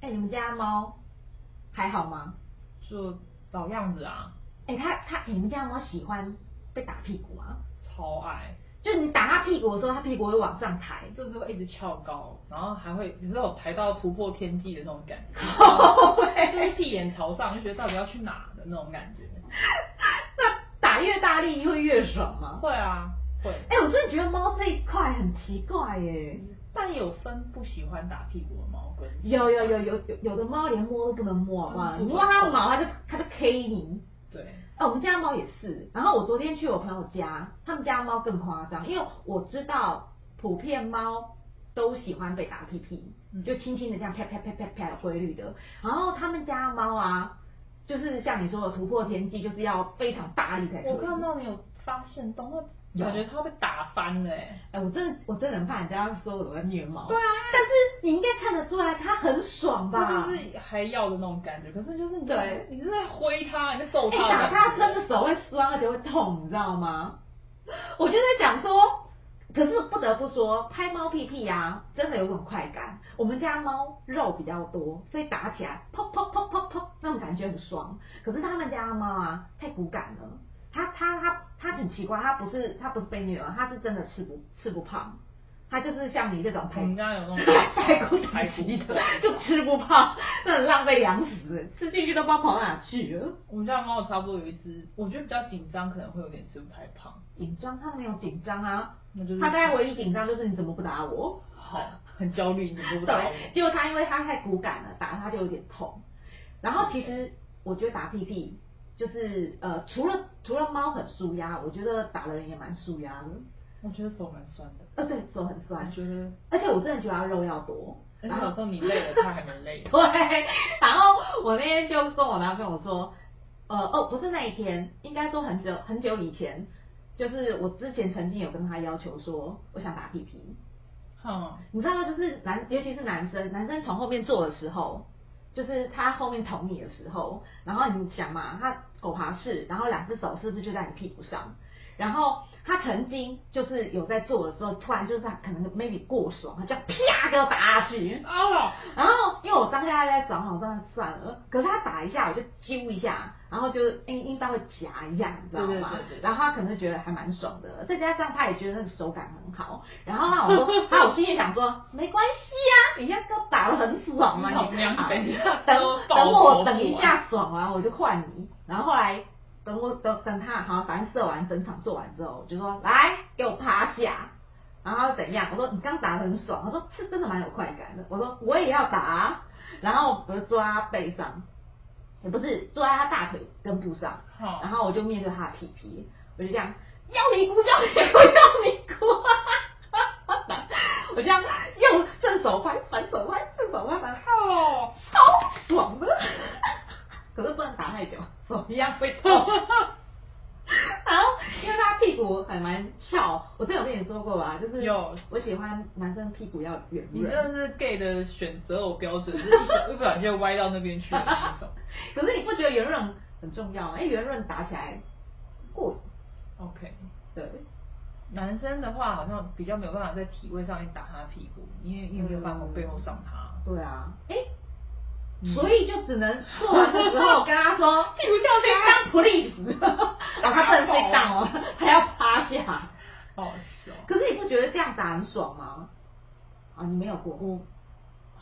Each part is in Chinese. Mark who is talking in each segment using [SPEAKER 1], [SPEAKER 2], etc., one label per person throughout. [SPEAKER 1] 哎家猫还好吗？
[SPEAKER 2] 就老样子啊，
[SPEAKER 1] 哎、它它、你们家猫喜欢被打屁股吗？
[SPEAKER 2] 超爱，
[SPEAKER 1] 就你打它屁股的时候，它屁股会往上抬，
[SPEAKER 2] 就是会一直翘高，然后还会你知道我抬到突破天际的那种感 觉，就是屁眼朝上，就觉得到底要去哪的那种感觉。
[SPEAKER 1] 那打越大力会越爽吗？
[SPEAKER 2] 会啊，会，
[SPEAKER 1] 哎、我真的觉得猫这一块很奇怪耶。
[SPEAKER 2] 但也有分不喜欢打屁股的猫跟
[SPEAKER 1] 有有有有有有的猫连摸都不能摸，好不好？
[SPEAKER 2] 嗯
[SPEAKER 1] 你摸它的毛，它就它就 K 你。
[SPEAKER 2] 对，
[SPEAKER 1] 啊，我们家猫也是。然后我昨天去我朋友家，他们家猫更夸张，因为我知道普遍猫都喜欢被打屁屁，
[SPEAKER 2] 嗯
[SPEAKER 1] 就轻轻的这样啪啪啪啪啪规律的。然后他们家猫啊，就是像你说的突破天际，就是要非常大力才可以。
[SPEAKER 2] 我看到你有发现到，那
[SPEAKER 1] 有
[SPEAKER 2] 感觉它被打翻了哎、
[SPEAKER 1] 哎、我真的我真的很怕人家说我在虐猫。
[SPEAKER 2] 对啊
[SPEAKER 1] 但是你应该看得出来，它很爽吧？
[SPEAKER 2] 那就是还要的那种感觉，可是就是你
[SPEAKER 1] 对
[SPEAKER 2] 你是在挥它，你在揍
[SPEAKER 1] 哎、
[SPEAKER 2] 它、
[SPEAKER 1] 打他真的手会酸，而且会痛，你知道吗？我就在想说，可是不得不说，拍猫屁屁啊，真的有种快感。我们家猫肉比较多，所以打起来砰砰砰砰砰那种感觉很爽。可是他们家的猫啊，太骨感了。它它它它很奇怪，它不是它不是被虐啊，它是真的吃不吃不胖，它就是像你这种
[SPEAKER 2] 我
[SPEAKER 1] 排
[SPEAKER 2] 们家有那种
[SPEAKER 1] 排骨
[SPEAKER 2] 排
[SPEAKER 1] 嗯排
[SPEAKER 2] 骨
[SPEAKER 1] 骨的
[SPEAKER 2] 对，
[SPEAKER 1] 就吃不胖，那很浪费粮食，吃进去都不知道跑哪去了。
[SPEAKER 2] 我们家的猫差不多有一只，我觉得比较紧张，可能会有点吃不太胖，
[SPEAKER 1] 紧张，他没有紧张啊，
[SPEAKER 2] 那就是
[SPEAKER 1] 他大概唯一紧张就是你怎么不打我？
[SPEAKER 2] 好很焦虑，你都不打我
[SPEAKER 1] 对，结果他因为他太骨感了，打他就有点痛。然后其实我觉得打屁屁就是呃，除了除了猫很舒压，我觉得打的人也蛮舒压的。
[SPEAKER 2] 我觉得手蛮酸的，
[SPEAKER 1] 呃，对，手很酸
[SPEAKER 2] 我，觉得，
[SPEAKER 1] 而且我真的觉得它肉要多。
[SPEAKER 2] 而且
[SPEAKER 1] 然后。
[SPEAKER 2] 有时候你累了，它还没累
[SPEAKER 1] 对，然后我那天就跟我男朋友说，呃哦，不是那一天，应该说很久很久以前，就是我之前曾经有跟他要求说，我想打屁屁。
[SPEAKER 2] 嗯，
[SPEAKER 1] 你知道吗？就是男，尤其是男生，男生从后面坐的时候，就是他后面捅你的时候，然后你想嘛，他狗爬式，然后两只手是不是就在你屁股上？然后他曾经就是有在做的时候，突然就是他可能 maybe 过爽，他就啪给我打下去。
[SPEAKER 2] 啊，
[SPEAKER 1] 然后因为我当下在爽，我当然算了。呃可是他打一下，我就揪一下，然后就哎阴阴道会夹一下，你知道吗？
[SPEAKER 2] 对对对对
[SPEAKER 1] 然后他可能觉得还蛮爽的，再加上他也觉得那个手感很好。然后他 我说，他我心里想说，没关系啊，你现在给我打的很爽嘛，
[SPEAKER 2] 你老
[SPEAKER 1] 你
[SPEAKER 2] 娘
[SPEAKER 1] 好
[SPEAKER 2] 等一下
[SPEAKER 1] 等
[SPEAKER 2] 都爆
[SPEAKER 1] 等我
[SPEAKER 2] 头
[SPEAKER 1] 等一
[SPEAKER 2] 部啊
[SPEAKER 1] 下爽完我就换你。然后后来等我等等他好，反正射完整场做完之后，我就说来给我趴下。然后他说怎样？我说你刚打的很爽，他说是真的蛮有快感的。我说我也要打啊，然后我就坐在他背上，也不是坐在他大腿根部上，
[SPEAKER 2] 好
[SPEAKER 1] 然后我就面对他的屁屁，我就这样要你哭要你哭要你哭，我这样用正手拍反手拍正手拍反手拍
[SPEAKER 2] 哦，
[SPEAKER 1] 超爽的，可是不能打太久，手一样会痛。 然后，因为他屁股还蛮翘，我之前有跟你说过吧，就是
[SPEAKER 2] 有
[SPEAKER 1] 我喜欢男生屁股要圆
[SPEAKER 2] 你真
[SPEAKER 1] 润，
[SPEAKER 2] 的是 gay 的选择偶标准，就是一小一不小心就歪到那边去的那种。
[SPEAKER 1] 可是你不觉得圆润很重要吗？因为圆润打起来过瘾，
[SPEAKER 2] OK，
[SPEAKER 1] 对，
[SPEAKER 2] 男生的话好像比较没有办法在体位上面打他屁股，因为因为没有办法从背后上他。
[SPEAKER 1] 对啊，哎、
[SPEAKER 2] 嗯
[SPEAKER 1] 所以就只能做完的时候跟他说屁股翘起来，当 please，然后他真的睡当哦，他要趴下。
[SPEAKER 2] 嗯好笑。
[SPEAKER 1] 可是你不觉得这样打很爽吗？啊，你没有过，
[SPEAKER 2] 我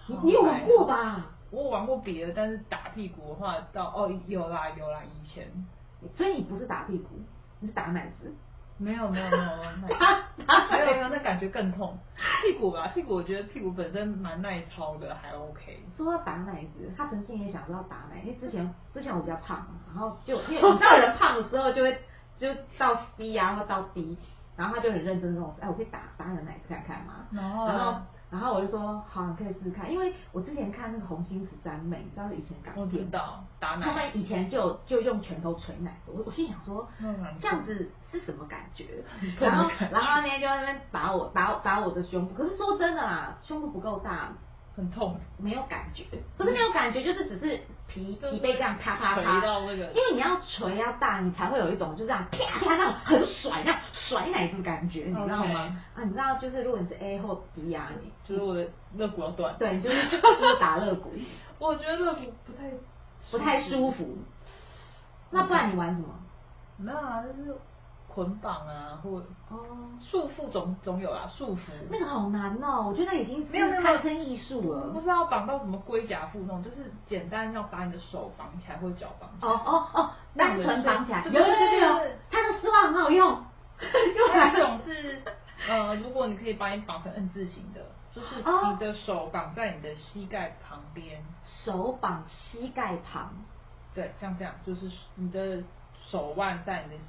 [SPEAKER 1] 你你有玩过？吧？
[SPEAKER 2] 我有玩过别的，但是打屁股的话，到哦有啦有啦，以前
[SPEAKER 1] 所以你不是打屁股，你是打奶子，
[SPEAKER 2] 没有没有没有没有没有
[SPEAKER 1] 打 打
[SPEAKER 2] 没有没
[SPEAKER 1] 奶
[SPEAKER 2] 有，
[SPEAKER 1] 子。
[SPEAKER 2] 那感觉更痛。屁股吧，屁股我觉得屁股本身蛮耐操的，还 OK。
[SPEAKER 1] 说到打奶子，他曾经也想说要打奶，因为之前之前我比较胖嘛，然后就因为你知道人胖的时候就会就到 C 啊或到 D，然后他就很认真地跟我说，哎，我可以打打你的奶子看看吗？
[SPEAKER 2] 然后
[SPEAKER 1] 然后
[SPEAKER 2] 呢，
[SPEAKER 1] 然后我就说好，你可以试试看，因为我之前看那个《红星十三妹》，你知道是以前港
[SPEAKER 2] 我知
[SPEAKER 1] 片，
[SPEAKER 2] 道打
[SPEAKER 1] 他
[SPEAKER 2] 奶，
[SPEAKER 1] 们以前就就用拳头捶奶，我我心想说
[SPEAKER 2] 那蛮
[SPEAKER 1] 这样子是什么感觉？
[SPEAKER 2] 痛
[SPEAKER 1] 然后
[SPEAKER 2] 嗯的感觉
[SPEAKER 1] 然后那天就在那边打我打我打我的胸部，可是说真的啊，胸部不够大，
[SPEAKER 2] 很痛，
[SPEAKER 1] 没有感觉，不是没有感觉，就是只是皮
[SPEAKER 2] 就是
[SPEAKER 1] 皮被这样啪啪
[SPEAKER 2] 捶
[SPEAKER 1] 啪
[SPEAKER 2] 到那个
[SPEAKER 1] 因为你要捶要大，你才会有一种就这样啪啪那种很甩那种甩奶子的感觉，你知道吗？啊，你知道就是如果你是 A 或 B 啊，你
[SPEAKER 2] 就是我的肋骨要断。
[SPEAKER 1] 对，你就是就是打肋骨，
[SPEAKER 2] 我觉得肋骨不太
[SPEAKER 1] 不太舒服。那不然你玩什么？
[SPEAKER 2] 没有啊，就是捆绑啊，或
[SPEAKER 1] 哦，
[SPEAKER 2] 束缚总总有啦，束缚。
[SPEAKER 1] 那个好难哦，我觉得已经
[SPEAKER 2] 没有没有没有
[SPEAKER 1] 堪称艺术了
[SPEAKER 2] 不。知道绑到什么龟甲缚那种，就是简单要把你的手绑起来或脚绑起
[SPEAKER 1] 哦
[SPEAKER 2] 来。
[SPEAKER 1] 哦哦，单纯绑起来，有
[SPEAKER 2] 对
[SPEAKER 1] 有
[SPEAKER 2] 对对
[SPEAKER 1] 有有
[SPEAKER 2] 对对，
[SPEAKER 1] 他的丝袜很好用，又
[SPEAKER 2] 还有
[SPEAKER 1] 来
[SPEAKER 2] 一种
[SPEAKER 1] 了。
[SPEAKER 2] 是，呃，如果你可以把你绑成 N 字形的，就是
[SPEAKER 1] 哦
[SPEAKER 2] 你的手绑在你的膝盖旁边，
[SPEAKER 1] 手绑膝盖旁，
[SPEAKER 2] 对，像这样，就是你的手腕在你的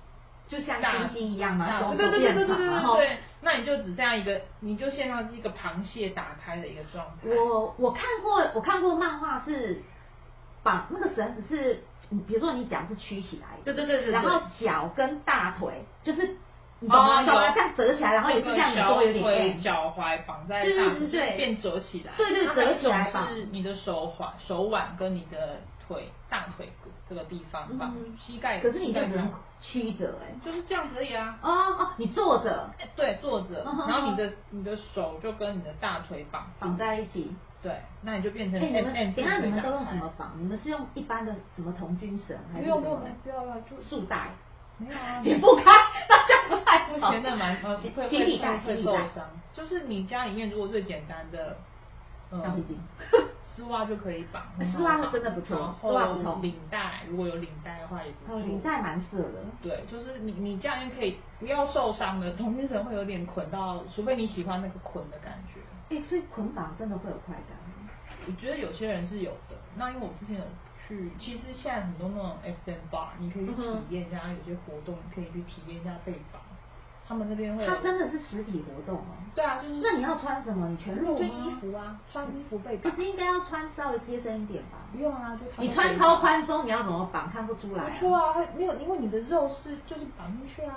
[SPEAKER 1] 就像
[SPEAKER 2] 大
[SPEAKER 1] 星星一样嘛，
[SPEAKER 2] 大
[SPEAKER 1] 手
[SPEAKER 2] 对对对对对对
[SPEAKER 1] 手
[SPEAKER 2] 对
[SPEAKER 1] 变长然
[SPEAKER 2] 对
[SPEAKER 1] 后
[SPEAKER 2] 对，那你就只剩下一个，你就现在是一个螃蟹打开的一个状态。
[SPEAKER 1] 我我看过，我看过漫画是绑那个绳子是，你比如说你脚是曲起来的，
[SPEAKER 2] 对对对对对
[SPEAKER 1] 然后脚跟大腿就是你懂吗？
[SPEAKER 2] 哦
[SPEAKER 1] 懂吗？
[SPEAKER 2] 有
[SPEAKER 1] 这样折起来，然后也是这样，你说有
[SPEAKER 2] 那个
[SPEAKER 1] 点
[SPEAKER 2] 小腿
[SPEAKER 1] M。
[SPEAKER 2] 脚踝绑在
[SPEAKER 1] 对对
[SPEAKER 2] 大
[SPEAKER 1] 对
[SPEAKER 2] 腿，
[SPEAKER 1] 对
[SPEAKER 2] 就是变折起来。
[SPEAKER 1] 对对
[SPEAKER 2] 那还有一
[SPEAKER 1] 折起来
[SPEAKER 2] 种
[SPEAKER 1] 绑
[SPEAKER 2] 是你的手环、手腕跟你的腿、大腿这个地方绑，
[SPEAKER 1] 嗯
[SPEAKER 2] 膝盖。
[SPEAKER 1] 可是你就
[SPEAKER 2] 膝盖
[SPEAKER 1] 只能
[SPEAKER 2] 绑
[SPEAKER 1] 曲折哎、
[SPEAKER 2] 就是这样子而已啊。
[SPEAKER 1] 哦哦，你坐着
[SPEAKER 2] 哎对，坐着，
[SPEAKER 1] 嗯哼
[SPEAKER 2] 然后你的你的手就跟你的大腿绑住
[SPEAKER 1] 绑，在一起。
[SPEAKER 2] 对，那你就变
[SPEAKER 1] 哎、
[SPEAKER 2] 成
[SPEAKER 1] 你
[SPEAKER 2] M
[SPEAKER 1] 们
[SPEAKER 2] M
[SPEAKER 1] 等一下你们都用什么
[SPEAKER 2] 绑？
[SPEAKER 1] 绑？你们是用一般的什么童军绳还是
[SPEAKER 2] 不
[SPEAKER 1] 什
[SPEAKER 2] 用不用
[SPEAKER 1] 么，
[SPEAKER 2] 不要不要，就
[SPEAKER 1] 束带？
[SPEAKER 2] 没 有啊。
[SPEAKER 1] 解不开，大家不太
[SPEAKER 2] 哎我
[SPEAKER 1] 好。
[SPEAKER 2] 觉得蛮蛮
[SPEAKER 1] 集
[SPEAKER 2] 会
[SPEAKER 1] 集体带，
[SPEAKER 2] 会
[SPEAKER 1] 集体
[SPEAKER 2] 会受
[SPEAKER 1] 带。
[SPEAKER 2] 伤。就是你家里面如果最简单的，
[SPEAKER 1] 橡皮
[SPEAKER 2] 嗯，
[SPEAKER 1] 筋。哎
[SPEAKER 2] 丝袜就可以绑，很好
[SPEAKER 1] 丝袜是
[SPEAKER 2] 绑
[SPEAKER 1] 真的不错
[SPEAKER 2] 然
[SPEAKER 1] 丝袜不
[SPEAKER 2] 后
[SPEAKER 1] 错
[SPEAKER 2] 领带如果有领带的话也不
[SPEAKER 1] 哦，
[SPEAKER 2] 错。
[SPEAKER 1] 领带蛮色的。
[SPEAKER 2] 对，就是你你家里面可以不要受伤的，同性绳会有点捆到，除非你喜欢那个捆的感觉。
[SPEAKER 1] 哎、所以捆绑真的会有快感。
[SPEAKER 2] 我觉得有些人是有的。那因为我之前有去，其实现在很多那种 SM bar，你可以去
[SPEAKER 1] 嗯哼
[SPEAKER 2] 体验一下，有些活动你可以去体验一下被绑。他们那边会有
[SPEAKER 1] 它真的是实体活动哦。
[SPEAKER 2] 对啊，就是
[SPEAKER 1] 那你要穿什么？你全裸
[SPEAKER 2] 就
[SPEAKER 1] 吗？
[SPEAKER 2] 衣服啊，穿衣服被
[SPEAKER 1] 不
[SPEAKER 2] 绑。
[SPEAKER 1] 是应该要穿稍微贴身一点吧？
[SPEAKER 2] 不用啊，就他们
[SPEAKER 1] 你穿超宽松，你要怎么绑？看不出
[SPEAKER 2] 可以
[SPEAKER 1] 来、
[SPEAKER 2] 绑。
[SPEAKER 1] 啊。
[SPEAKER 2] 不错啊，没有，因为你的肉是就是绑进去啊，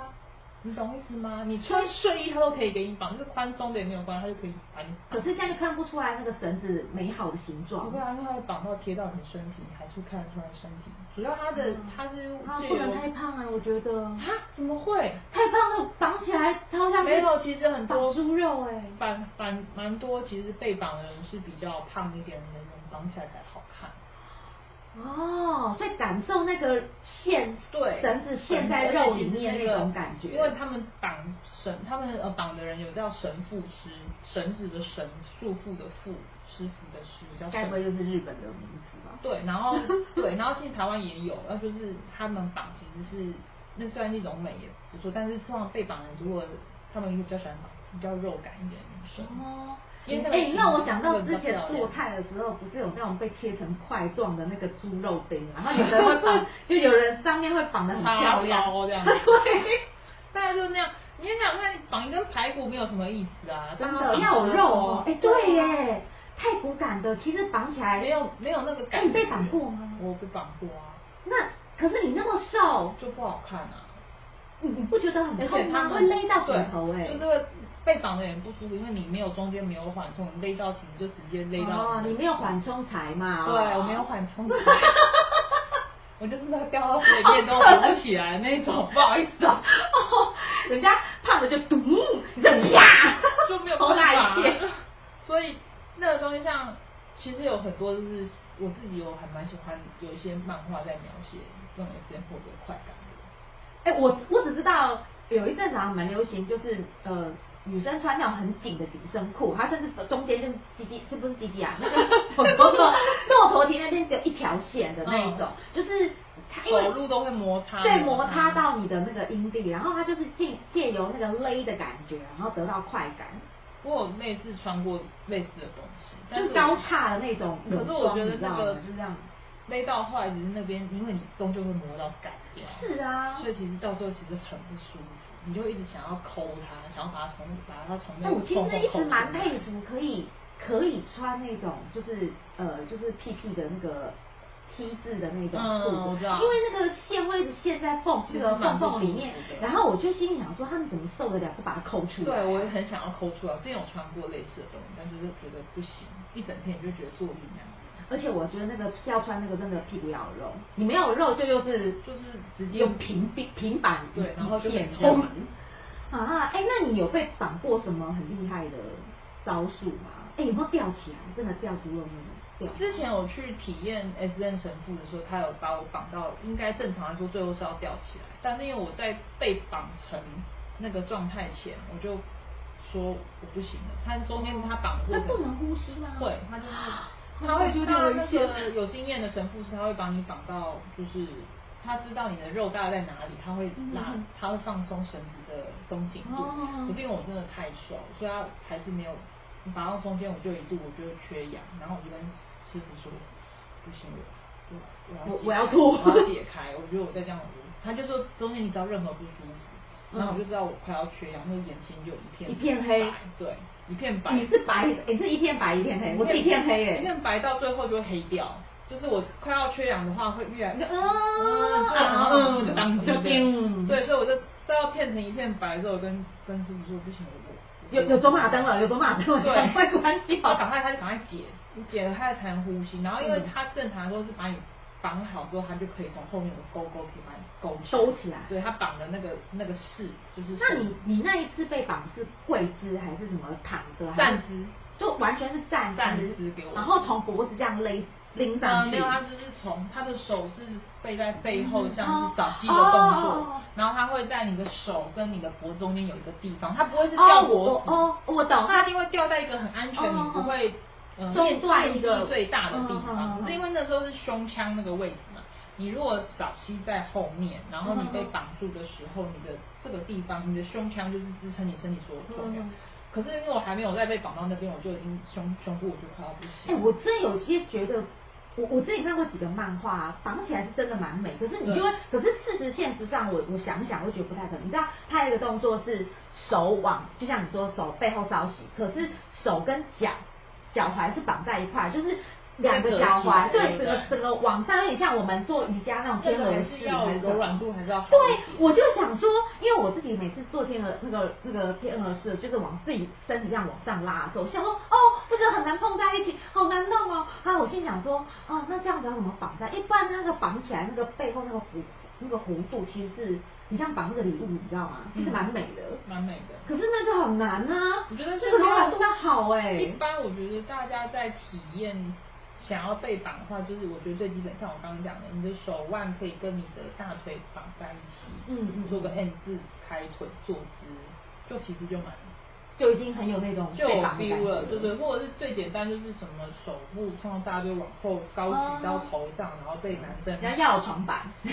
[SPEAKER 2] 你懂意思吗？你穿睡衣它都可以给你绑，就是宽松的也没有关系，它就可以把你绑。
[SPEAKER 1] 可是这样就看不出来那个绳子美好的形状
[SPEAKER 2] 不。会啊，因为它会绑到贴到你的身体，你还是看得出来身体。主要它的嗯它是
[SPEAKER 1] 它
[SPEAKER 2] 借
[SPEAKER 1] 不能
[SPEAKER 2] 由
[SPEAKER 1] 太胖啊，我觉得。
[SPEAKER 2] 啊？怎么会？
[SPEAKER 1] 太胖了，绑起来超像
[SPEAKER 2] 没有，其实很多
[SPEAKER 1] 绑猪肉哎、
[SPEAKER 2] 反反蛮多，其实被绑的人是比较胖一点的人，绑起来才好看。
[SPEAKER 1] 哦，所以感受那个线，
[SPEAKER 2] 对，
[SPEAKER 1] 绳子线在肉里面那种感觉。
[SPEAKER 2] 因为他们绑绳，他们呃绑的人有叫绳缚师，绳子的绳，束缚的缚，师傅的师，叫
[SPEAKER 1] 该
[SPEAKER 2] 绳
[SPEAKER 1] 不会
[SPEAKER 2] 缚。
[SPEAKER 1] 就是日本的名字吧？
[SPEAKER 2] 对，然后对，然后现在台湾也有，那就是他们绑其实是那虽然是一种美也不错，但是通常被绑的人如果他们比较喜欢绑比较肉感一点的女生，
[SPEAKER 1] 哦，
[SPEAKER 2] 因为那个
[SPEAKER 1] 哎、
[SPEAKER 2] 形
[SPEAKER 1] 让我想到
[SPEAKER 2] 会比
[SPEAKER 1] 之
[SPEAKER 2] 较
[SPEAKER 1] 前
[SPEAKER 2] 漂
[SPEAKER 1] 做
[SPEAKER 2] 亮
[SPEAKER 1] 菜的时候，不是有那种被切成块状的那个猪肉丁， 然后有的人会绑，就有人上面会绑的很漂亮
[SPEAKER 2] 叉，哦烧这样子
[SPEAKER 1] 对，
[SPEAKER 2] 大概就是那样。你想想看，绑一根排骨没有什么意思啊，但
[SPEAKER 1] 真
[SPEAKER 2] 是
[SPEAKER 1] 的
[SPEAKER 2] 绑
[SPEAKER 1] 要有
[SPEAKER 2] 成
[SPEAKER 1] 肉哦，哎、
[SPEAKER 2] 那种
[SPEAKER 1] 对耶，太骨感的，其实绑起来
[SPEAKER 2] 啊没有没有那个感
[SPEAKER 1] 哎
[SPEAKER 2] 觉。
[SPEAKER 1] 你被绑过吗
[SPEAKER 2] 我被绑过啊，
[SPEAKER 1] 那，可是你那么瘦，
[SPEAKER 2] 就不好看啊。
[SPEAKER 1] 你你不觉得很
[SPEAKER 2] 而且
[SPEAKER 1] 痛吗？
[SPEAKER 2] 他
[SPEAKER 1] 会
[SPEAKER 2] 们
[SPEAKER 1] 勒到骨
[SPEAKER 2] 对
[SPEAKER 1] 头哎、
[SPEAKER 2] 就是会被绑的人不舒服，因为你没有中间没有缓冲，你勒到其实就直接勒到。
[SPEAKER 1] 哦，你没有缓冲材嘛？
[SPEAKER 2] 对
[SPEAKER 1] 哦，
[SPEAKER 2] 我没有缓 冲。我就是那个掉到水里面都浮不起来那种，不好意思啊，
[SPEAKER 1] 哦， 人家胖的就咚，你这呀，
[SPEAKER 2] 就没有
[SPEAKER 1] 头
[SPEAKER 2] 办
[SPEAKER 1] 大
[SPEAKER 2] 法啊
[SPEAKER 1] 一点。
[SPEAKER 2] 所以那个东西像，其实有很多就是我自己我还蛮喜欢有一些漫画在描写这种 S M 获得快感的。
[SPEAKER 1] 哎、我我只知道有一阵子好像蛮流行，就是呃，女生穿那种很紧的紧身裤，她甚至中间就是鸡鸡，就不是鸡鸡啊， 那个我说骆驼蹄那边只有一条线的那一种，就是它因为
[SPEAKER 2] 嗯走路都会摩擦嗯
[SPEAKER 1] 对，
[SPEAKER 2] 摩
[SPEAKER 1] 摩擦
[SPEAKER 2] 擦
[SPEAKER 1] 到你的那个阴蒂，然后它就是借借由那个勒的感觉，然后得到快感，
[SPEAKER 2] 我有类似穿过类似的东西，但
[SPEAKER 1] 就是是高叉的那种
[SPEAKER 2] 可
[SPEAKER 1] 泳
[SPEAKER 2] 是我
[SPEAKER 1] 装，
[SPEAKER 2] 觉
[SPEAKER 1] 你
[SPEAKER 2] 得
[SPEAKER 1] 知道
[SPEAKER 2] 那
[SPEAKER 1] 吗？
[SPEAKER 2] 个
[SPEAKER 1] 就这样。
[SPEAKER 2] 勒到后来，只是那边因为你终究会磨到感掉，
[SPEAKER 1] 是啊
[SPEAKER 2] 所以其实到最后其实很不舒服，你就一直想要抠它，想要把它从把它从那
[SPEAKER 1] 哎，
[SPEAKER 2] 个
[SPEAKER 1] 我其
[SPEAKER 2] 缝
[SPEAKER 1] 实
[SPEAKER 2] 缝
[SPEAKER 1] 一
[SPEAKER 2] 抠
[SPEAKER 1] 直
[SPEAKER 2] 出
[SPEAKER 1] 蛮
[SPEAKER 2] 来
[SPEAKER 1] 佩服可以可以穿那种就是呃就是屁屁的那个 T 字的那种
[SPEAKER 2] 嗯
[SPEAKER 1] 裤
[SPEAKER 2] 我
[SPEAKER 1] 子，
[SPEAKER 2] 知道
[SPEAKER 1] 因为那个线会一直陷在缝
[SPEAKER 2] 其
[SPEAKER 1] 那
[SPEAKER 2] 实
[SPEAKER 1] 个缝
[SPEAKER 2] 蛮不
[SPEAKER 1] 缝里
[SPEAKER 2] 舒
[SPEAKER 1] 面
[SPEAKER 2] 服，的
[SPEAKER 1] 然后我就心里想说，他们怎么受得了不把它抠出来？
[SPEAKER 2] 对，我也很想要抠出来。我之前有穿过类似的东西，但就是觉得不行，一整天你就觉得坐立难安，
[SPEAKER 1] 而且我觉得那个要穿那个真的屁股要有肉，你没有肉就又是
[SPEAKER 2] 就是直接
[SPEAKER 1] 用平平平板一
[SPEAKER 2] 对然后就
[SPEAKER 1] 一片
[SPEAKER 2] 很
[SPEAKER 1] 这样
[SPEAKER 2] 痛
[SPEAKER 1] 子啊！哎、那你有被绑过什么很厉害的招数吗？哎、有没有吊起来？真的吊猪肉那种吊？
[SPEAKER 2] 之前有去体验 S N 神父的时候，他有把我绑到，应该正常来说最后是要吊起来，但是因为我在被绑成那个状态前，我就说我不行了。他中间他绑过
[SPEAKER 1] 那
[SPEAKER 2] 程，
[SPEAKER 1] 不能呼吸吗？
[SPEAKER 2] 会，他就是他
[SPEAKER 1] 我
[SPEAKER 2] 会
[SPEAKER 1] 觉得
[SPEAKER 2] 他
[SPEAKER 1] 有
[SPEAKER 2] 那
[SPEAKER 1] 点危
[SPEAKER 2] 个
[SPEAKER 1] 险
[SPEAKER 2] 有经验的神父是他会把你绑到，就是他知道你的肉大概在哪里，他会拉
[SPEAKER 1] 嗯，
[SPEAKER 2] 他会放松绳子的松紧度
[SPEAKER 1] 哦。
[SPEAKER 2] 可是因为我真的太瘦，所以他还是没有绑到中间，我就一度我就缺氧，然后我就跟师傅说，不行，我
[SPEAKER 1] 我
[SPEAKER 2] 我要
[SPEAKER 1] 我要吐
[SPEAKER 2] 解开我要解开，我觉得我再这样，我他就说中间你只要任何不舒服，然后我就知道我快要缺氧，那个眼睛就一片
[SPEAKER 1] 一片黑
[SPEAKER 2] 白，对，一片白。
[SPEAKER 1] 你是白，你、是一片白一片黑，我是一片黑
[SPEAKER 2] 一
[SPEAKER 1] 耶、
[SPEAKER 2] 片白到最后就会黑掉。就是我快要缺氧的话，会越来啊越
[SPEAKER 1] 嗯
[SPEAKER 2] 啊，
[SPEAKER 1] 嗯
[SPEAKER 2] 我就挡不住
[SPEAKER 1] 嗯
[SPEAKER 2] 对，所以我就都要变成一片白之后，我跟跟师傅说不行，我
[SPEAKER 1] 有有走马灯了，有走马灯了，
[SPEAKER 2] 对，
[SPEAKER 1] 赶快关掉，
[SPEAKER 2] 然后赶快他就赶快解，你解了他才能呼吸。然后因为
[SPEAKER 1] 嗯
[SPEAKER 2] 他正常来说是把你绑好之后，他就可以从后面有个勾勾可以把你勾起来
[SPEAKER 1] 收起来
[SPEAKER 2] 对他绑的那个那个势就是
[SPEAKER 1] 那你你那一次被绑是跪姿还是什么躺着？
[SPEAKER 2] 站姿，
[SPEAKER 1] 就完全是站
[SPEAKER 2] 站姿给我
[SPEAKER 1] 然后从脖子这样勒拎上
[SPEAKER 2] 嗯
[SPEAKER 1] 去。
[SPEAKER 2] 没有，他就是从他的手是背在背后，像
[SPEAKER 1] 哦
[SPEAKER 2] 是早吸的动作，
[SPEAKER 1] 哦哦哦
[SPEAKER 2] 然后他会在你的手跟你的脖子中间有一个地方，他不会是
[SPEAKER 1] 哦
[SPEAKER 2] 吊脖
[SPEAKER 1] 我
[SPEAKER 2] 子，
[SPEAKER 1] 哦，我懂，
[SPEAKER 2] 他一定会吊在一个很安全，
[SPEAKER 1] 哦哦哦
[SPEAKER 2] 你不会呃
[SPEAKER 1] 中
[SPEAKER 2] 面
[SPEAKER 1] 断一
[SPEAKER 2] 面积
[SPEAKER 1] 个
[SPEAKER 2] 最大的地
[SPEAKER 1] 嗯嗯嗯
[SPEAKER 2] 方，
[SPEAKER 1] 嗯
[SPEAKER 2] 只是因为那时候是胸腔那个位置嘛。你如果早吸在后面，然后你被
[SPEAKER 1] 嗯嗯嗯
[SPEAKER 2] 绑住的时候，你的这个地方，你的胸腔就是支撑你身体所有重量
[SPEAKER 1] 嗯嗯嗯。
[SPEAKER 2] 可是因为我还没有再被绑到那边，我就已经胸胸部我就快要不
[SPEAKER 1] 哎、
[SPEAKER 2] 行了。
[SPEAKER 1] 我真有些觉得，我我自己看过几个漫画、啊，绑起来是真的蛮美，可是你就会，可是事实现实上我，我想一想，我觉得不太可能。你知道，他有一个动作是手往，就像你说手背后稍息，可是手跟脚脚踝是绑在一块，就是。两个脚踝，
[SPEAKER 2] 对
[SPEAKER 1] 对，整个
[SPEAKER 2] 对
[SPEAKER 1] 整个往上，有点像我们做瑜伽那种
[SPEAKER 2] 那
[SPEAKER 1] 天
[SPEAKER 2] 个
[SPEAKER 1] 鹅
[SPEAKER 2] 还
[SPEAKER 1] 式，
[SPEAKER 2] 是要
[SPEAKER 1] 还
[SPEAKER 2] 柔软度还是要好
[SPEAKER 1] 对
[SPEAKER 2] 一点，
[SPEAKER 1] 我就想说，因为我自己每次做天鹅那个那个天鹅式，就是往自己身体这样往上拉的时候，我想说哦，这个很难碰在一起，好难弄哦。啊，我心想说，哦，那这样子要怎么绑在？一般那个绑起来那个背后那个弧那个弧度，其实是你像绑那个礼物，你知道吗？其实蛮美的。
[SPEAKER 2] 蛮美的。
[SPEAKER 1] 可是那个很难啊，
[SPEAKER 2] 我觉得欸
[SPEAKER 1] 这个柔软度
[SPEAKER 2] 它
[SPEAKER 1] 要好哎、
[SPEAKER 2] 一般我觉得大家在体验想要被绑的话，就是我觉得最基本，像我刚刚讲的，你的手腕可以跟你的大腿绑在一起，
[SPEAKER 1] 嗯嗯
[SPEAKER 2] 做个 M 字开腿坐姿，就其实就蛮
[SPEAKER 1] 就已经很有那种
[SPEAKER 2] 就
[SPEAKER 1] 被
[SPEAKER 2] 有
[SPEAKER 1] 绑的感
[SPEAKER 2] feel 了，
[SPEAKER 1] 觉。
[SPEAKER 2] 对对，或者是最简单就是什么手部，通常大家就往后高举到头上，然后被男生
[SPEAKER 1] 人家要有床板
[SPEAKER 2] 之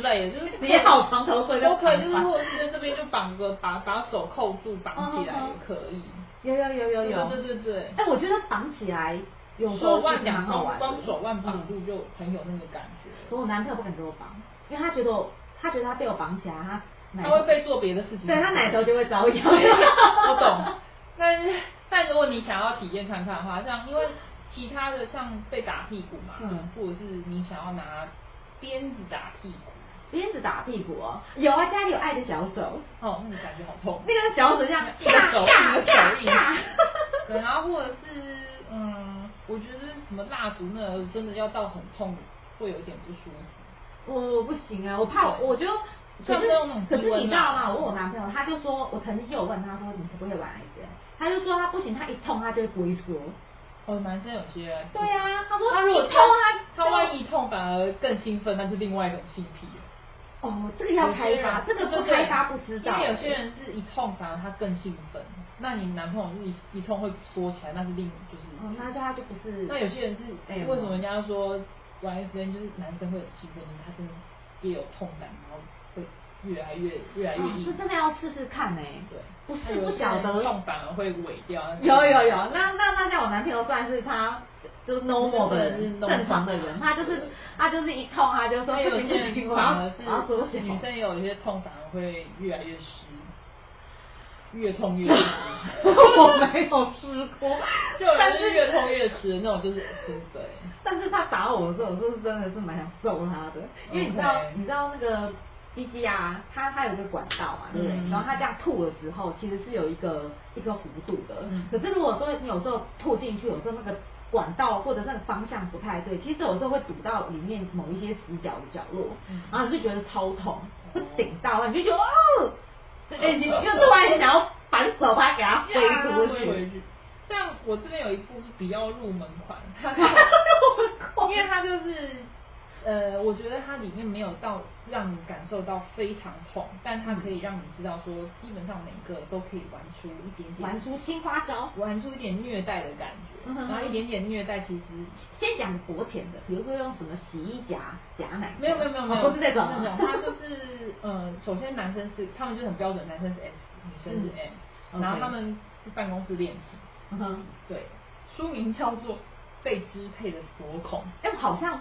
[SPEAKER 2] 类的，就是
[SPEAKER 1] 直接靠床头睡
[SPEAKER 2] 都
[SPEAKER 1] 就
[SPEAKER 2] 可以，
[SPEAKER 1] 躺
[SPEAKER 2] 就是
[SPEAKER 1] 吧
[SPEAKER 2] 或者是在这边就绑个把把手扣住绑起来也可以，
[SPEAKER 1] 有有有有有，
[SPEAKER 2] 对对对对
[SPEAKER 1] 哎、我觉得绑起来有时
[SPEAKER 2] 手
[SPEAKER 1] 候其
[SPEAKER 2] 腕
[SPEAKER 1] 实蛮
[SPEAKER 2] 两
[SPEAKER 1] 好
[SPEAKER 2] 头
[SPEAKER 1] 玩的，
[SPEAKER 2] 光手腕绑
[SPEAKER 1] 嗯
[SPEAKER 2] 住就很有那个感
[SPEAKER 1] 可
[SPEAKER 2] 觉，
[SPEAKER 1] 我男朋友不肯给我绑，因为他觉得我，他觉得他被我绑起来，他奶
[SPEAKER 2] 他会被做别的事
[SPEAKER 1] 嗯
[SPEAKER 2] 情，
[SPEAKER 1] 对他奶头就会遭殃。
[SPEAKER 2] 我懂。 但是，但如果你想要体验看看的话，像因为其他的像被打屁股嘛，
[SPEAKER 1] 嗯
[SPEAKER 2] 或者是你想要拿鞭子打屁股，
[SPEAKER 1] 鞭子打屁股哦，有啊，家里有爱的小手，
[SPEAKER 2] 哦，那个感觉好痛。
[SPEAKER 1] 那个小手这样
[SPEAKER 2] 一个
[SPEAKER 1] 啪
[SPEAKER 2] 手
[SPEAKER 1] 啪
[SPEAKER 2] 一个
[SPEAKER 1] 啪
[SPEAKER 2] 手印
[SPEAKER 1] 啪，
[SPEAKER 2] 对，然后或者是嗯，我觉得什么蜡烛那个真的要到很痛，会有一点不舒 服。
[SPEAKER 1] 我我不行啊，我怕我
[SPEAKER 2] 对
[SPEAKER 1] 我就。可
[SPEAKER 2] 像
[SPEAKER 1] 是
[SPEAKER 2] 那种
[SPEAKER 1] 可是你知
[SPEAKER 2] 低温
[SPEAKER 1] 道
[SPEAKER 2] 啊
[SPEAKER 1] 吗？我问我男朋友，他就说，我曾经有问他说你可不可以玩一次，他就说他不行，他一痛他就会龟缩。
[SPEAKER 2] 哦，男生有些
[SPEAKER 1] 对啊，他说
[SPEAKER 2] 他如果
[SPEAKER 1] 一痛啊，
[SPEAKER 2] 他万一痛反而更兴奋，那是另外一种性癖了。
[SPEAKER 1] 哦，这个要开发，这
[SPEAKER 2] 有
[SPEAKER 1] 个
[SPEAKER 2] 些人
[SPEAKER 1] 不
[SPEAKER 2] 对对对
[SPEAKER 1] 开发不知道。欸
[SPEAKER 2] 因为有些人是一痛反而他更兴奋，那你男朋友是一一痛会缩起来，那是另就是。
[SPEAKER 1] 哦，那就他就不是。
[SPEAKER 2] 那有些人是、
[SPEAKER 1] 哎呦
[SPEAKER 2] 为什么人家说玩 S N 就是男生会有兴奋，他真的也有痛感，然后会越来越越来越
[SPEAKER 1] 哦
[SPEAKER 2] 硬。
[SPEAKER 1] 这真的要试试看哎、
[SPEAKER 2] 对，
[SPEAKER 1] 不
[SPEAKER 2] 那
[SPEAKER 1] 是
[SPEAKER 2] 有
[SPEAKER 1] 不
[SPEAKER 2] 些
[SPEAKER 1] 晓
[SPEAKER 2] 人
[SPEAKER 1] 得。
[SPEAKER 2] 痛反而会萎掉。
[SPEAKER 1] 有有有，那那那像我男朋友算是他就是 normal 的人，
[SPEAKER 2] 真的是 normal
[SPEAKER 1] 正常的人，他就是他就是一痛他就说
[SPEAKER 2] 那
[SPEAKER 1] 不
[SPEAKER 2] 有
[SPEAKER 1] 行
[SPEAKER 2] 些
[SPEAKER 1] 不行，
[SPEAKER 2] 人
[SPEAKER 1] 我
[SPEAKER 2] 反
[SPEAKER 1] 要
[SPEAKER 2] 而
[SPEAKER 1] 我要缩
[SPEAKER 2] 是
[SPEAKER 1] 小。
[SPEAKER 2] 女生也有一些痛反而会越来越湿。越痛越吃，
[SPEAKER 1] 我没有吃过，
[SPEAKER 2] 就有
[SPEAKER 1] 但
[SPEAKER 2] 人是越痛越吃的那种，就是真的欸。
[SPEAKER 1] 但是他打我的时候，我是真的是蛮想揍他的，因为你知道
[SPEAKER 2] OK
[SPEAKER 1] 你知道那个鸡鸡啊，它它有一个管道嘛，对不对？
[SPEAKER 2] 嗯
[SPEAKER 1] 然后它这样吐的时候，其实是有一个一个弧度的。
[SPEAKER 2] 嗯
[SPEAKER 1] 可是如果说你有时候吐进去，有时候那个管道或者那个方向不太对，其实有时候会堵到里面某一些死角的角落，
[SPEAKER 2] 嗯哦
[SPEAKER 1] 然后你就觉得超痛，会顶到，你就觉得哦，
[SPEAKER 2] 对
[SPEAKER 1] 哎、 你又突然想要反手把它给它
[SPEAKER 2] 呀
[SPEAKER 1] 挥出
[SPEAKER 2] 挥回
[SPEAKER 1] 去，
[SPEAKER 2] 去。像我这边有一部是比较入门款， 它因为它就是呃，我觉得它里面没有到让你感受到非常痛，但它
[SPEAKER 1] 嗯
[SPEAKER 2] 可以让你知道说，基本上每一个都可以玩出一点点，
[SPEAKER 1] 玩出新花招。
[SPEAKER 2] 玩出一点虐待的感觉，
[SPEAKER 1] 嗯哼哼
[SPEAKER 2] 然后一点点虐待其实。
[SPEAKER 1] 先讲薄浅的，比如说用什么洗衣夹夹奶，
[SPEAKER 2] 没有没有没有没有，
[SPEAKER 1] 哦不是那种
[SPEAKER 2] 那种，它就是呃，首先男生是他们就很标准，男生是 S，女生是 M，、
[SPEAKER 1] 嗯
[SPEAKER 2] 然后
[SPEAKER 1] OK
[SPEAKER 2] 他们是办公室练习，
[SPEAKER 1] 嗯哼，
[SPEAKER 2] 对，书名叫做《被支配的锁孔》。
[SPEAKER 1] 哎、我好像，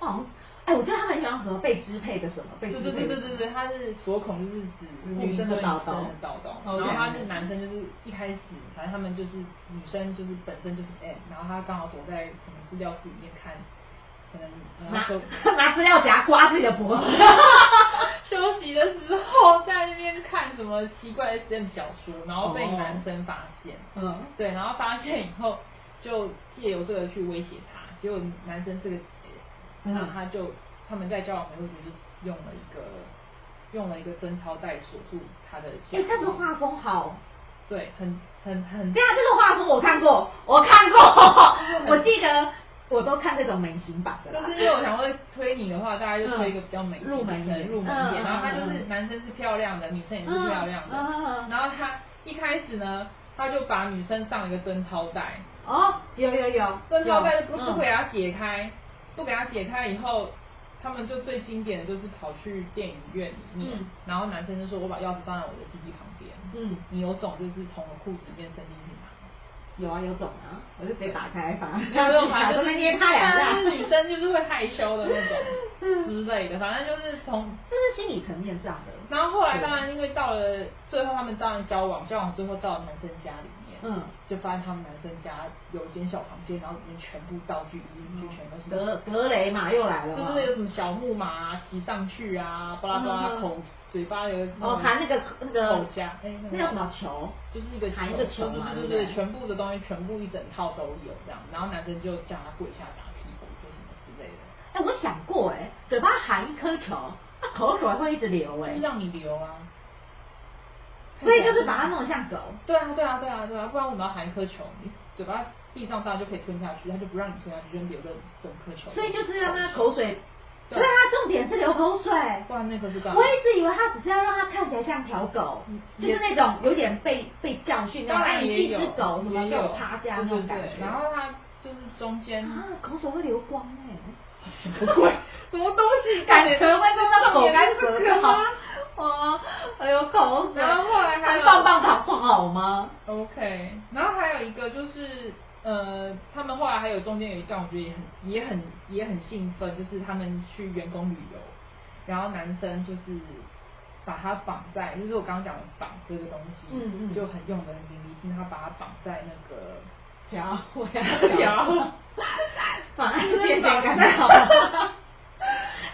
[SPEAKER 1] 我好像，哎、我觉得他们很喜欢和被支配的什么，被
[SPEAKER 2] 对
[SPEAKER 1] 支
[SPEAKER 2] 对
[SPEAKER 1] 配的
[SPEAKER 2] 对对对对，它是锁孔，就是指
[SPEAKER 1] 女
[SPEAKER 2] 顾名
[SPEAKER 1] 生的
[SPEAKER 2] 说
[SPEAKER 1] 叨
[SPEAKER 2] 女生
[SPEAKER 1] 叨
[SPEAKER 2] 的叨叨，
[SPEAKER 1] OK
[SPEAKER 2] 然后他是男生，就是一开始反正他们就是女生，就是本身就是 M，然后他刚好躲在可能资料室里面看，可能呃
[SPEAKER 1] 拿
[SPEAKER 2] 休
[SPEAKER 1] 拿资料夹刮自己的脖子，
[SPEAKER 2] 休息的时候在那边看什么奇怪的 SM 小说，然后被
[SPEAKER 1] 哦
[SPEAKER 2] 男生发现，
[SPEAKER 1] 嗯，
[SPEAKER 2] 对，然后发现以后就借由这个去威胁他，结果男生是个 S，
[SPEAKER 1] 嗯
[SPEAKER 2] 然后他就他们在交往的时候就是用了一个用了一个贞操带锁住他的
[SPEAKER 1] 哎、
[SPEAKER 2] 下体，
[SPEAKER 1] 这个画风好，
[SPEAKER 2] 对，很很很
[SPEAKER 1] 对啊，这个画风我看过，我看过，我记得我都看这种明星版的
[SPEAKER 2] 就
[SPEAKER 1] 啦，
[SPEAKER 2] 是因为我想会推你的话，大概就推一个比较美、
[SPEAKER 1] 嗯入门一点
[SPEAKER 2] 入门一点。
[SPEAKER 1] 嗯
[SPEAKER 2] 然后他就
[SPEAKER 1] 嗯
[SPEAKER 2] 是
[SPEAKER 1] 嗯
[SPEAKER 2] 男生是漂亮的，女生也是
[SPEAKER 1] 嗯
[SPEAKER 2] 漂亮的
[SPEAKER 1] 嗯嗯嗯。
[SPEAKER 2] 然后他一开始呢，他就把女生上了一个贞操带，
[SPEAKER 1] 哦，有有有，
[SPEAKER 2] 贞操带不
[SPEAKER 1] 有
[SPEAKER 2] 不给他解开，不给他解开以后。他们就最经典的就是跑去电影院里面，
[SPEAKER 1] 嗯
[SPEAKER 2] 然后男生就说：“我把钥匙放在我的鸡鸡旁边，
[SPEAKER 1] 嗯
[SPEAKER 2] 你有种就是从我裤子里面伸进去拿。”
[SPEAKER 1] 有啊有种啊，我就直接打开把，
[SPEAKER 2] 没有，
[SPEAKER 1] 把
[SPEAKER 2] 反
[SPEAKER 1] 这
[SPEAKER 2] 正就
[SPEAKER 1] 边
[SPEAKER 2] 是
[SPEAKER 1] 捏他两下，
[SPEAKER 2] 但是女生就是会害羞的那种之类的，反正就是从。
[SPEAKER 1] 这是心理层面上的。
[SPEAKER 2] 然后后来当然因为到了最后，他们当然交往，交往最后到了男生家里面，
[SPEAKER 1] 嗯，
[SPEAKER 2] 就发现他们男生家有一间小房间，然后里面全部道具、衣服全都是
[SPEAKER 1] 格格雷嘛又来了嘛，
[SPEAKER 2] 就是有什么小木马啊骑上去啊，巴拉巴拉
[SPEAKER 1] 嗯嗯嗯
[SPEAKER 2] 口嘴巴有
[SPEAKER 1] 哦含那个那个
[SPEAKER 2] 口夹，哎
[SPEAKER 1] 那叫什么球，
[SPEAKER 2] 就是一个
[SPEAKER 1] 含一个球嘛，
[SPEAKER 2] 对
[SPEAKER 1] 不
[SPEAKER 2] 对，全部的东西全部一整套都有这样，然后男生就叫他跪下打屁股或什么之类的。
[SPEAKER 1] 哎，我想过哎，嘴巴含一颗球，那口水会一直流哎
[SPEAKER 2] 就是，让你留啊。
[SPEAKER 1] 所以就是把它弄得像狗。
[SPEAKER 2] 对啊，对啊，对啊，对啊，不然我们要含一颗球，你嘴巴地上大就可以吞下去，他就不让你吞下去，就留个整颗球。
[SPEAKER 1] 所以就是让它口水，
[SPEAKER 2] 对
[SPEAKER 1] 所以它重点是流口水。
[SPEAKER 2] 不然那个是干嘛
[SPEAKER 1] 我？一直以为它只是要让它看起来像条狗
[SPEAKER 2] 嗯，
[SPEAKER 1] 就是那种有点被被教训，
[SPEAKER 2] 当然
[SPEAKER 1] 你
[SPEAKER 2] 也
[SPEAKER 1] 一
[SPEAKER 2] 有
[SPEAKER 1] 只狗什么
[SPEAKER 2] 也
[SPEAKER 1] 给我
[SPEAKER 2] 有
[SPEAKER 1] 趴下那
[SPEAKER 2] 对
[SPEAKER 1] 种
[SPEAKER 2] 对
[SPEAKER 1] 感
[SPEAKER 2] 对
[SPEAKER 1] 觉。
[SPEAKER 2] 然后他就是中间
[SPEAKER 1] 啊，口水会流光哎。
[SPEAKER 2] 什么鬼？什么东西？
[SPEAKER 1] 感觉会弄到口干舌
[SPEAKER 2] 重点是这个
[SPEAKER 1] 燥
[SPEAKER 2] 啊。
[SPEAKER 1] 哦，还有口水。
[SPEAKER 2] 然后后来还有
[SPEAKER 1] 棒棒糖不好吗？
[SPEAKER 2] OK，然后还有一个就是，呃，他们后来还有中间有一段，我觉得也很也很也很兴奋，就是他们去员工旅游，然后男生就是把他绑在，就是我刚刚讲的绑这个东西，
[SPEAKER 1] 嗯嗯
[SPEAKER 2] 就很用的很淋漓尽致，他把他绑在那个
[SPEAKER 1] 调，我
[SPEAKER 2] 要 调
[SPEAKER 1] 反正
[SPEAKER 2] 就是
[SPEAKER 1] 电线杆
[SPEAKER 2] 绑
[SPEAKER 1] 好。
[SPEAKER 2] 在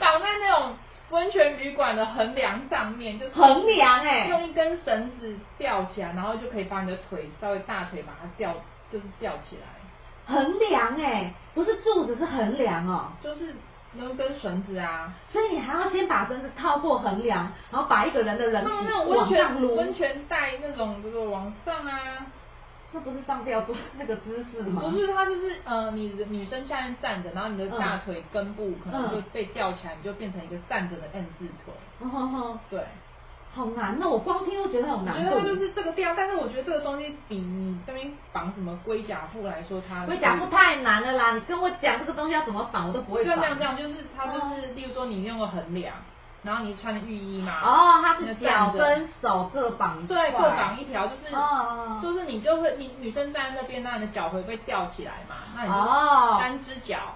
[SPEAKER 2] 绑在那种温泉旅馆的横梁上面，就是
[SPEAKER 1] 横梁哎、
[SPEAKER 2] 用一根绳子吊起来，然后就可以把你的腿稍微大腿把它吊，就是吊起来。
[SPEAKER 1] 横梁哎、不是柱子是横梁哦。
[SPEAKER 2] 就是能跟绳子啊，
[SPEAKER 1] 所以你还要先把绳子套过横梁，然后把一个人的人
[SPEAKER 2] 那那种
[SPEAKER 1] 体往
[SPEAKER 2] 温
[SPEAKER 1] 上
[SPEAKER 2] 泉
[SPEAKER 1] 撸，
[SPEAKER 2] 温泉带那种就是往上啊，
[SPEAKER 1] 那不是上吊做那个姿势吗？
[SPEAKER 2] 不是它就是呃，你的女生下面站着，然后你的
[SPEAKER 1] 嗯
[SPEAKER 2] 大腿根部可能就被吊起来，你就变成一个站着的 N 字腿。
[SPEAKER 1] 哦，吼吼
[SPEAKER 2] 对，
[SPEAKER 1] 好难哦！我光听都觉得有
[SPEAKER 2] 我
[SPEAKER 1] 难
[SPEAKER 2] 觉
[SPEAKER 1] 度。
[SPEAKER 2] 得它啊就是这个吊，但是我觉得这个东西比你这边绑什么龟甲布来说，它
[SPEAKER 1] 龟甲不太难了啦，你跟我讲这个东西要怎么绑，我都不会
[SPEAKER 2] 就
[SPEAKER 1] 绑。哦
[SPEAKER 2] 这样这样，就是它就是，例如说你用个横梁，然后你穿的浴衣嘛，
[SPEAKER 1] 哦，它
[SPEAKER 2] 你
[SPEAKER 1] 是
[SPEAKER 2] 就
[SPEAKER 1] 脚
[SPEAKER 2] 站着
[SPEAKER 1] 跟手各绑一
[SPEAKER 2] 对，
[SPEAKER 1] 各
[SPEAKER 2] 各绑一条，就是、
[SPEAKER 1] 哦
[SPEAKER 2] 就是你就会你女生站在那边，那你的脚会被吊起来嘛，那你就
[SPEAKER 1] 哦
[SPEAKER 2] 单只脚，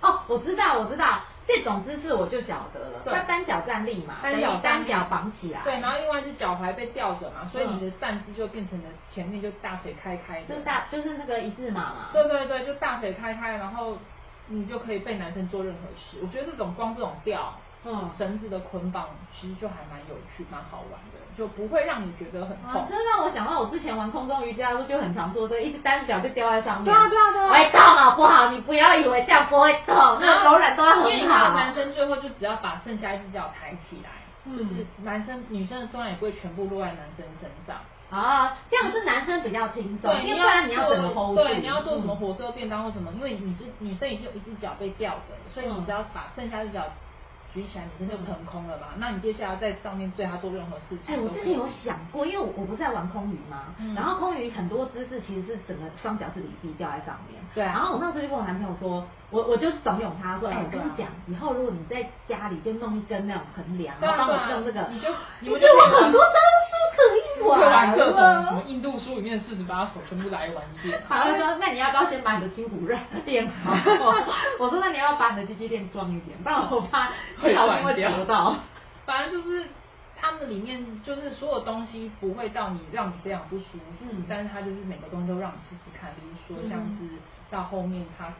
[SPEAKER 1] 哦，我知道，我知道，这种姿势我就晓得了，
[SPEAKER 2] 对
[SPEAKER 1] 它单脚站立嘛，
[SPEAKER 2] 单脚
[SPEAKER 1] 等于单脚绑起来，嗯
[SPEAKER 2] 对，然后另外是脚踝被吊着嘛，所以你的站姿就变成了前面就大腿开开
[SPEAKER 1] 就
[SPEAKER 2] 的
[SPEAKER 1] 是，大就是那个一字马嘛，
[SPEAKER 2] 对对对，就大腿开开，然后你就可以被男生做任何事。我觉得这种光这种吊，
[SPEAKER 1] 嗯
[SPEAKER 2] 绳子的捆绑其实就还蛮有趣、蛮好玩的，就不会让你觉得很痛
[SPEAKER 1] 啊，。这让我想到我之前玩空中瑜伽的时候就很常做这个，一只单脚就吊在上面。
[SPEAKER 2] 对啊对啊对啊
[SPEAKER 1] 会痛好不好？你不要以为这样不会痛，哦那柔软度要
[SPEAKER 2] 因为你
[SPEAKER 1] 很
[SPEAKER 2] 看
[SPEAKER 1] 好
[SPEAKER 2] 到。男生最后就只要把剩下一只脚抬起来，
[SPEAKER 1] 嗯
[SPEAKER 2] 就是男生女生的重量也不会全部落在男生身上。
[SPEAKER 1] 啊，这样是男生比较轻松，
[SPEAKER 2] 对，
[SPEAKER 1] 因为不然你要
[SPEAKER 2] 做
[SPEAKER 1] 整个 hold 住。
[SPEAKER 2] 对，你要做什么
[SPEAKER 1] 嗯
[SPEAKER 2] 火车便当或什么，因为你这女生已经有一只脚被吊着了，所以
[SPEAKER 1] 嗯
[SPEAKER 2] 你只要把剩下一只脚举起来，你真的腾空了吧？那你接下来在上面对他做任何事情
[SPEAKER 1] 嗯哎，
[SPEAKER 2] 都
[SPEAKER 1] 我
[SPEAKER 2] 可以，
[SPEAKER 1] 之前有想过，因为我我不是在玩空余嘛，
[SPEAKER 2] 嗯
[SPEAKER 1] 然后空余很多姿势其实是整个双脚是离地掉在上面。
[SPEAKER 2] 对啊
[SPEAKER 1] 然后我那时候就跟我男朋友说，我我就怂恿他说，
[SPEAKER 2] 对啊
[SPEAKER 1] 哎，我跟
[SPEAKER 2] 对啊
[SPEAKER 1] 你讲，以后如果你在家里就弄一根那种横梁，
[SPEAKER 2] 对啊
[SPEAKER 1] 然后帮
[SPEAKER 2] 对啊
[SPEAKER 1] 我弄这个，
[SPEAKER 2] 你就你
[SPEAKER 1] 我
[SPEAKER 2] 们
[SPEAKER 1] 觉
[SPEAKER 2] 就
[SPEAKER 1] 得我
[SPEAKER 2] 变成
[SPEAKER 1] 很多招数可以啊
[SPEAKER 2] 会玩各种什么
[SPEAKER 1] 了。
[SPEAKER 2] 印度书里面四十八首全部来玩 一遍、啊。
[SPEAKER 1] 他就说：“那你要不要先把你的筋骨练练 好？”我说：“那你要把你的鸡鸡练壮一点，不然我怕
[SPEAKER 2] 会
[SPEAKER 1] 不小
[SPEAKER 2] 断
[SPEAKER 1] 心会
[SPEAKER 2] 掉
[SPEAKER 1] 折到。”
[SPEAKER 2] 反正就是他们里面就是所有东西不会到你让你非常不舒服，
[SPEAKER 1] 嗯
[SPEAKER 2] 但是他就是每个东西都让你试试看，比如说像是到后面他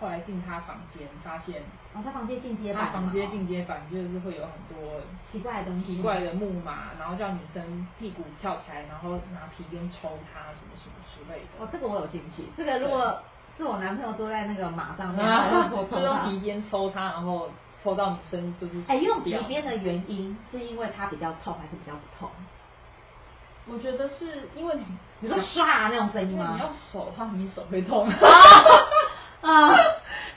[SPEAKER 2] 后来进他房间发现。
[SPEAKER 1] 哦，他房间进阶版
[SPEAKER 2] 他
[SPEAKER 1] 嘛，嗯
[SPEAKER 2] 房间进阶版就是会有很多
[SPEAKER 1] 奇怪的东西
[SPEAKER 2] 奇怪的木马，然后叫女生屁股跳起来，然后拿皮鞭抽她什么什么之类
[SPEAKER 1] 哦，
[SPEAKER 2] 的。
[SPEAKER 1] 这个我有兴趣。这个如果是我男朋友坐在那个马上面，我会
[SPEAKER 2] 就
[SPEAKER 1] 偷
[SPEAKER 2] 用
[SPEAKER 1] 他。
[SPEAKER 2] 皮鞭抽她，然后抽到女生就是死
[SPEAKER 1] 啊哎，用皮
[SPEAKER 2] 掉
[SPEAKER 1] 鞭的原因是因为它比较痛还是比较不痛？
[SPEAKER 2] 我觉得是因为你
[SPEAKER 1] 你说唰那种声音
[SPEAKER 2] 因为你要
[SPEAKER 1] 吗？哦
[SPEAKER 2] 手的话，你手会痛。
[SPEAKER 1] 啊，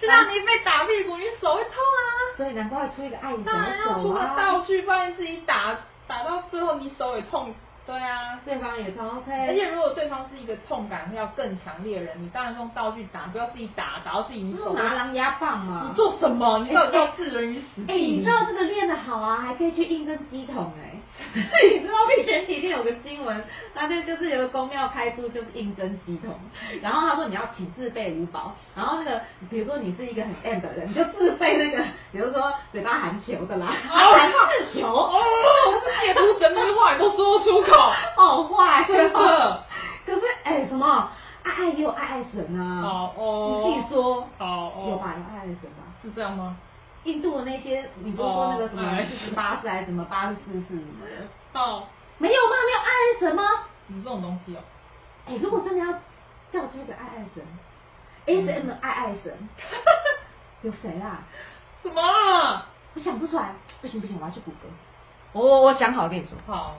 [SPEAKER 2] 就像你被打屁股，你手会痛啊。
[SPEAKER 1] 所以难怪会出一个爱的
[SPEAKER 2] 当然
[SPEAKER 1] 小
[SPEAKER 2] 要
[SPEAKER 1] 手
[SPEAKER 2] 出个道
[SPEAKER 1] 啊，
[SPEAKER 2] 具，不然你自己打打到最后你手也痛。对啊。
[SPEAKER 1] 对方也超 OK。
[SPEAKER 2] 而且如果对方是一个痛感要更强烈的人，你当然用道具打，不要自己打，打到自己你
[SPEAKER 1] 你
[SPEAKER 2] 手。
[SPEAKER 1] 手拿狼牙棒嘛？
[SPEAKER 2] 你做什么？你到底
[SPEAKER 1] 哎
[SPEAKER 2] 要置人于死地？
[SPEAKER 1] 哎，你知道这个练得好啊，还可以去应征鸡桶哎。你知道我前几天有个新闻，他就就是有个公庙开出就是应征鸡桶，然后他说你要请自备五宝，然后那个比如说你是一个很 M 的人，你就自备那个， 比如说嘴巴含球的啦，还含刺球，
[SPEAKER 2] 哦，我是解读神的话，你都说不出口。
[SPEAKER 1] 好坏
[SPEAKER 2] 真的。
[SPEAKER 1] 可是哎、什么爱爱也有爱爱神啊？
[SPEAKER 2] 好哦
[SPEAKER 1] 你自己说。
[SPEAKER 2] 好哦
[SPEAKER 1] 有吧？有爱爱神吧？
[SPEAKER 2] 是这样吗？
[SPEAKER 1] 印度的那些，你不是说那个什
[SPEAKER 2] 哦
[SPEAKER 1] 么
[SPEAKER 2] 哎
[SPEAKER 1] 四十八世还是什么八十四世什么的？
[SPEAKER 2] 哦，
[SPEAKER 1] 没有吗？没有爱爱神吗？
[SPEAKER 2] 你这种东西哦。
[SPEAKER 1] 哎、如果真的要叫出一个爱爱神，S M 爱爱神， 有谁啊？
[SPEAKER 2] 什么啊？
[SPEAKER 1] 哦我想不出来，不行不行，我要去谷歌。我我我想好了跟你说。
[SPEAKER 2] 好，